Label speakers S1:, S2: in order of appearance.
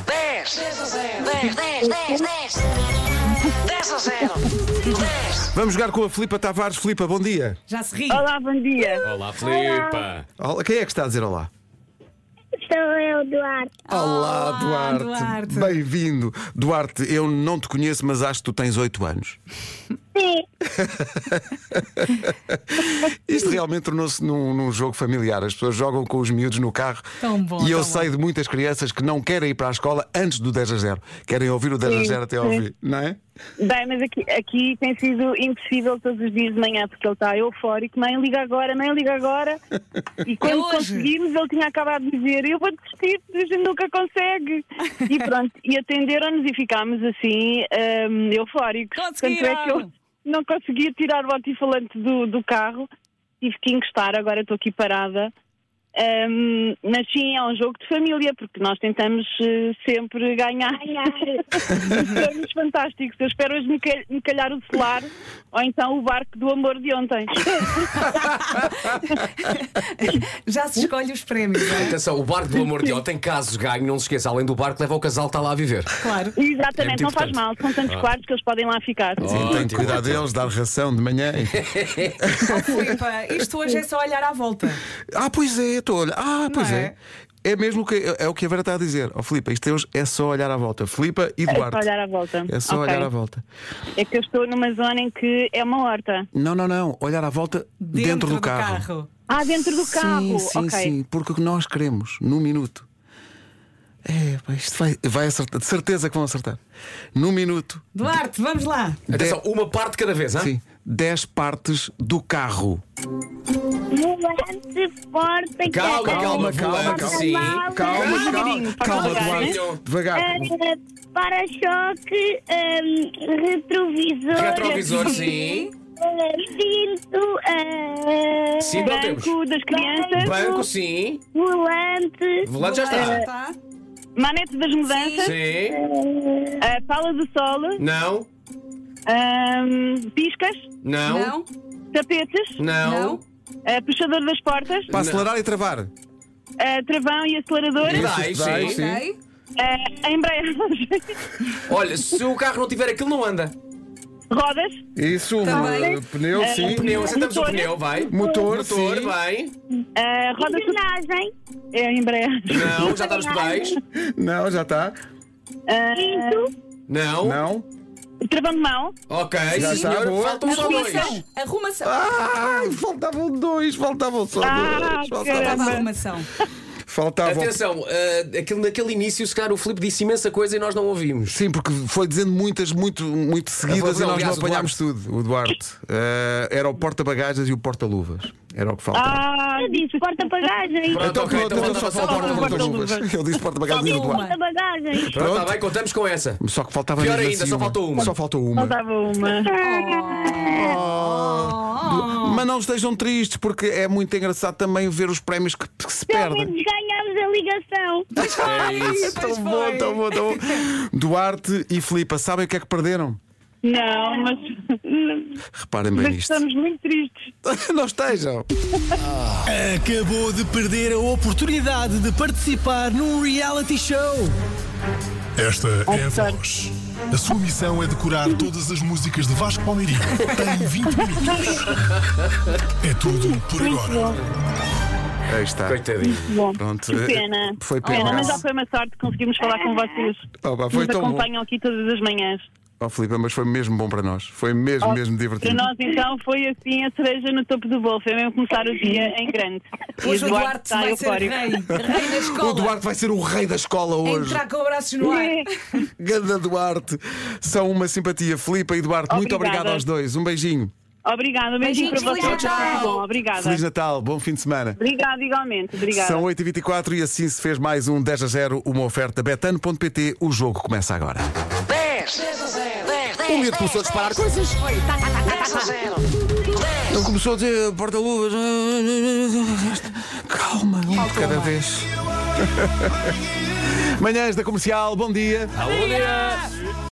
S1: 10, 10 a 0. 10, 10, 10, 10. 10 a 0. 10.
S2: Vamos jogar com a Filipa Tavares. Filipa, bom dia.
S3: Já se ri.
S4: Olá, bom dia.
S5: Olá, Filipa.
S2: Olá, Quem é que está a dizer olá?
S6: Sou eu, Duarte.
S2: Olá, Duarte.
S3: Duarte.
S2: Bem-vindo. Duarte, eu não te conheço, mas acho que tu tens 8 anos.
S6: Sim,
S2: Isto realmente tornou-se num, num jogo familiar. As pessoas jogam com os miúdos no carro.
S3: Tão bom,
S2: e eu
S3: tão
S2: sei de muitas crianças que não querem ir para a escola antes do 10 a 0. Querem ouvir o 10 a 0 até ao
S4: sim.
S2: ouvir, não é?
S4: Bem, mas aqui, aqui tem sido impossível todos os dias de manhã, porque ele está eufórico. Mãe, liga agora, mãe, liga agora. E quando
S3: É hoje.
S4: conseguimos, ele tinha acabado de dizer: Eu vou desistir, a gente nunca consegue. E pronto, e atenderam-nos e ficámos assim, hum, eufóricos. Tanto é que eu
S3: Conseguiram!
S4: não conseguia tirar o altifalante do, do carro, tive que encostar, agora estou aqui parada. Hum, mas sim, é um jogo de família, porque nós tentamos eh, sempre ganhar.
S6: ganhar.
S4: Estamos fantásticos. Eu espero hoje me cal- me calhar o celular ou então o barco do amor de ontem.
S3: Já
S2: Ah.
S3: se escolhe os prémios, não é?
S5: Atenção, o barco do amor de ontem, tem casos ganho, não se esqueça, além do barco, leva o casal que está lá a viver.
S3: Claro.
S5: É muito Ah.
S4: Exatamente, não faz
S5: importante.
S4: mal. São tantos quartos que eles podem lá ficar.
S5: Ótimo,
S2: Tem que cuidar
S5: ótimo.
S2: deles, dar ração de manhã.
S3: Oh, Filipa, isto hoje é só olhar à volta.
S2: Ah, pois é, estou a olhar. Ah, pois
S3: Não
S2: é. é. mesmo o que, é o que a Vera está a dizer. Ó, Filipa, isto hoje é só olhar à volta. Filipa e
S4: É só
S2: Duarte.
S4: olhar à volta.
S2: É só
S4: Ok.
S2: olhar à volta.
S4: É que eu estou numa zona em que é uma horta.
S2: Não, não, não. Olhar à volta dentro,
S3: Dentro,
S2: do carro.
S4: Ah, dentro do
S2: Sim,
S4: carro.
S2: sim,
S4: ok.
S2: sim. Porque o que nós queremos, num minuto. É, pá, isto vai, vai acertar. De certeza que vão acertar. Num minuto,
S3: Duarte, vamos lá.
S5: Atenção, uma parte cada vez, hã?
S2: sim. 10 partes do carro.
S6: Volante, é porta,
S5: Calma,
S6: cadeira,
S5: calma,
S2: calma,
S5: calma,
S6: porta,
S2: calma.
S5: sim.
S6: mala,
S4: calma, devagarinho, É pode
S2: calma,
S4: devagar,
S2: Duarte.
S5: hein?
S2: Devagar.
S6: eh, Para-choque, eh, retrovisor,
S5: Retrovisor, sim.
S6: eh, cinto, eh,
S5: Sim, não temos.
S4: Banco das crianças,
S5: Banco, sim.
S6: volante,
S5: Volante já está.
S3: Tá.
S4: manete das mudanças,
S5: Sim.
S4: a pala do sol,
S5: Não.
S4: ahm, piscas,
S5: Não.
S3: Não,
S4: tapetes,
S5: Não.
S3: não.
S4: ah, puxador das portas,
S2: Para acelerar e travar.
S4: ah, travão e acelerador,
S5: Isso.
S2: Esses
S5: Dai,
S2: pedais,
S5: sim.
S3: Ok.
S4: ah, a embreagem,
S5: Olha, se o carro não tiver aquilo, não anda.
S4: rodas,
S2: Isso,
S3: Também.
S2: eh, pneu, sim.
S5: Pneu, acertamos Tá É, o
S4: Motor.
S5: pneu, vai.
S2: Motor,
S5: Motor,
S2: sim.
S5: bem.
S4: ah, rodas
S6: engrenagem,
S4: É a embreagem.
S5: Não, já está nos pedais.
S2: Não, já está.
S4: Ah,
S6: cinto,
S5: Não.
S2: Não.
S4: travão de mão.
S5: Ok,
S2: Já
S5: sim,
S2: está,
S5: senhor.
S2: boa.
S5: Faltam só dois.
S3: Arrumação. Arrumação.
S2: Ai, faltavam dois, faltavam só
S4: Ah,
S2: dois. Faltavam,
S4: caramba.
S3: Estava Tá arrumação.
S2: faltavam.
S5: Atenção, ah, aquele, naquele início, se calhar o Filipe disse imensa coisa e nós não ouvimos.
S2: Sim, porque foi dizendo muitas, muito, muito seguidas e nós
S5: Não,
S2: não
S5: aliás, o
S2: apanhámos tudo. O Duarte eh, era o porta-bagagens e o porta-luvas. Era o que faltava.
S4: Ah,
S6: eu disse porta-bagagem,
S5: Pronto, ok, então
S2: pronto,
S5: faltava só o
S2: faltava
S4: porta-luvas.
S2: porta-luvas. Eu disse porta-bagagens e o
S3: Faltou
S2: Duarte.
S6: porta-bagagens,
S5: Pronto, está bem, contamos com essa.
S2: Só que faltava
S5: Pior
S2: mesmo
S5: ainda,
S2: assim
S5: só faltou uma.
S2: Só faltou uma.
S4: faltava uma.
S2: Oh. Mas não estejam tristes, porque é muito engraçado também ver os prémios que, que se
S6: pelo
S2: perdem.
S6: menos ganhamos a ligação.
S5: É isso.
S3: Pois
S2: Tão
S3: foi.
S2: bom, tão bom, tão bom. Duarte e Filipa, sabem o que é que perderam?
S4: Não, mas,
S2: Reparem bem
S4: mas
S2: nisto.
S4: estamos muito tristes.
S2: não estejam.
S7: Acabou de perder a oportunidade de participar num reality show.
S8: Esta é a voz. A sua missão é decorar todas as músicas de Vasco Palmeirinho. Tem 20 minutos. É tudo por agora.
S2: Aí está.
S5: Coitadinho.
S4: Bom,
S2: Pronto,
S4: que
S2: eh,
S4: pena.
S2: foi pena.
S4: pena. Mas já foi uma sorte que conseguimos falar com vocês.
S2: Oh, pá, foi
S4: Nos
S2: tão bom.
S4: acompanham aqui todas as manhãs.
S2: Oh, Filipe, mas foi mesmo bom para nós. Foi mesmo, mesmo
S4: Para
S2: divertido.
S4: nós, então, foi assim a cereja no topo do bolo. Foi mesmo começar o dia em grande. E tá
S3: Hoje o Duarte
S4: está
S3: vai ser rei.
S4: eufórico.
S3: Rei da escola.
S2: O Duarte vai ser o rei da escola hoje.
S3: Entrar com braços no ar.
S2: Ganda Duarte. São uma simpatia. Filipe e Duarte, muito
S4: Obrigada.
S2: obrigado aos dois. Um beijinho.
S4: Obrigada, um beijinho para
S3: Beijinhos,
S4: vocês.
S3: tchau.
S4: Tudo bom, Obrigada.
S2: Feliz Natal, bom fim de semana.
S4: Obrigada, igualmente. Obrigada.
S2: São 8h24 e assim se fez mais um 10 a 0, uma oferta betano.pt. O jogo começa agora.
S1: 10. 10 a 0. 10. 10.
S2: O miúdo começou a disparar coisas.
S1: 10 a 0. 10.
S2: Ele começou a dizer porta-luvas. Calma, um de cada vez. Manhãs da comercial, bom dia.
S5: Alô, Deus.